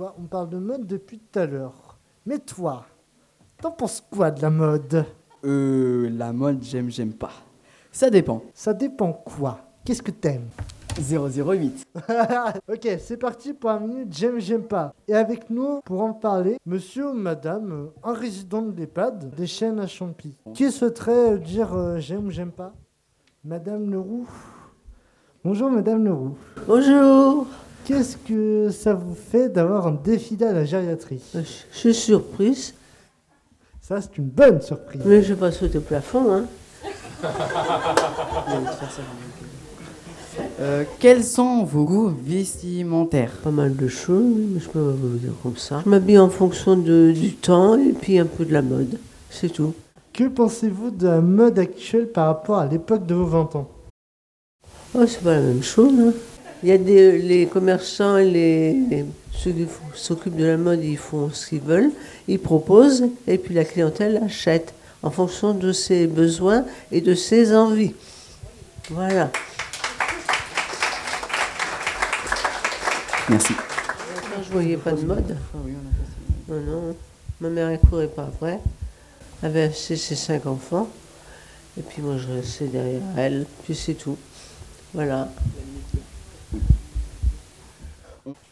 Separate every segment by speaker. Speaker 1: Toi, On parle de mode depuis tout à l'heure. Mais toi, t'en penses quoi de la mode
Speaker 2: Euh, la mode, j'aime, j'aime pas. Ça dépend.
Speaker 1: Ça dépend quoi Qu'est-ce que t'aimes
Speaker 2: 008.
Speaker 1: Ok, c'est parti pour un minute j'aime, j'aime pas. Et avec nous, pour en parler, monsieur ou madame, euh, un résident de l'EHPAD, des chaînes à Champy. Qui souhaiterait euh, dire euh, j'aime ou j'aime pas Madame Leroux Bonjour madame Leroux.
Speaker 3: Bonjour,
Speaker 1: Qu'est-ce que ça vous fait d'avoir un défilé à la gériatrie
Speaker 3: je je suis surprise,
Speaker 1: Ça, c'est une bonne surprise.
Speaker 3: mais je passe au plafond. Hein.
Speaker 2: Euh, quels sont vos goûts vestimentaires
Speaker 3: Pas mal de choses, mais je peux pas vous dire comme ça. Je m'habille en fonction de- du temps et puis un peu de la mode, c'est tout.
Speaker 1: Que pensez-vous de la mode actuelle par rapport à l'époque de vos 20 ans
Speaker 3: Oh, c'est pas la même chose. hein. Il y a des, les commerçants et les, les- ceux qui font- s'occupent de la mode, ils font ce qu'ils veulent, ils proposent et puis la clientèle achète en fonction de ses besoins et de ses envies. Voilà.
Speaker 2: Merci.
Speaker 3: Moi, je voyais pas de mode. Non, non. Ma mère, elle courait pas après. Elle avait acheté ses cinq enfants. Et puis moi, je restais derrière elle. Puis c'est tout. Voilà.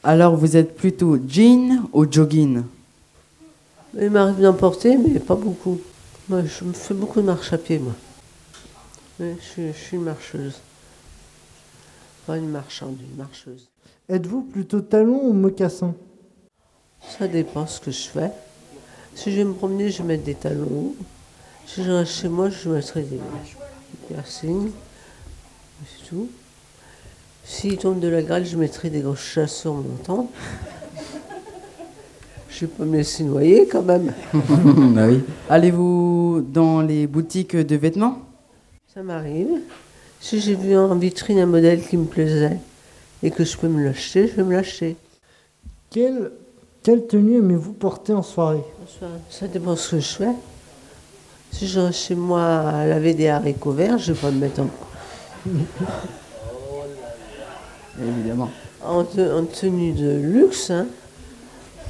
Speaker 2: Alors, vous êtes plutôt jean ou jogging
Speaker 3: Il m'arrive d'en porter, mais pas beaucoup. Moi, je me fais beaucoup de marche à pied, moi. Oui, je, suis- je suis une marcheuse. Pas une marchande, une marcheuse.
Speaker 1: Êtes-vous plutôt talon ou mocassin
Speaker 3: Ça dépend ce que je fais. Si je vais me promener, je vais mettre des talons hauts. Si je reste chez moi, je mettrai des, des piercings. C'est tout. S'il tombe de la grêle, je mettrai des grosses chasses sur mon menton. Je vais pas me laisser noyer quand même.
Speaker 2: Bah oui. Allez-vous dans les boutiques de vêtements
Speaker 3: Ça m'arrive. Si j'ai vu en vitrine un modèle qui me plaisait et que je peux me l'acheter, je vais me l'acheter.
Speaker 1: Quelle, quelle tenue aimez-vous porter en soirée
Speaker 3: Bonsoir. Ça dépend ce que je fais. Si je reste chez moi à laver des haricots verts, je vais pas me mettre en,
Speaker 2: Évidemment.
Speaker 3: en, te- en tenue de luxe. Hein.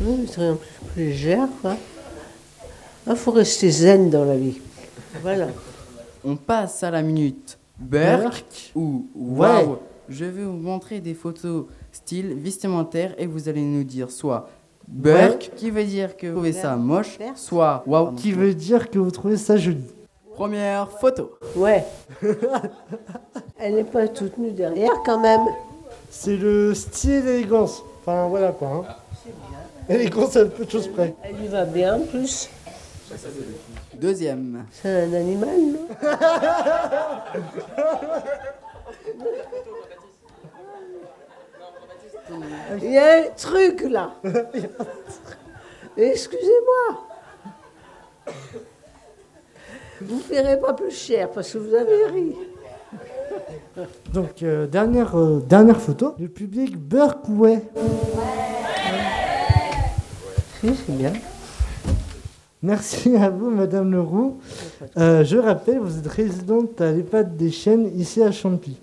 Speaker 3: Oui, mais c'est rien de plus, plus légère. Il faut rester zen dans la vie. Voilà.
Speaker 2: On passe à la minute. Berk ou Wow. Je vais vous montrer des photos style vestimentaire et vous allez nous dire soit Berk, qui veut dire que vous trouvez ça moche,
Speaker 3: Berk.
Speaker 2: soit Wow.
Speaker 1: Qui veut dire que vous trouvez ça joli
Speaker 2: Première photo.
Speaker 3: Ouais. Elle n'est pas toute nue derrière quand même.
Speaker 1: C'est le style élégance. Enfin, voilà quoi. hein. Élégance à peu de choses près.
Speaker 3: Elle lui va bien en plus.
Speaker 2: Deuxième.
Speaker 3: C'est un animal, non Il y a un truc là. Excusez-moi. Vous ne paierez pas plus cher parce que vous avez ri.
Speaker 1: Donc, euh, dernière, euh, dernière photo. Le public Burke, ouais.
Speaker 3: Si, c'est bien.
Speaker 1: Merci à vous, Madame Leroux. Euh, je rappelle, vous êtes résidente à l'EHPAD des Chênes, ici à Champy.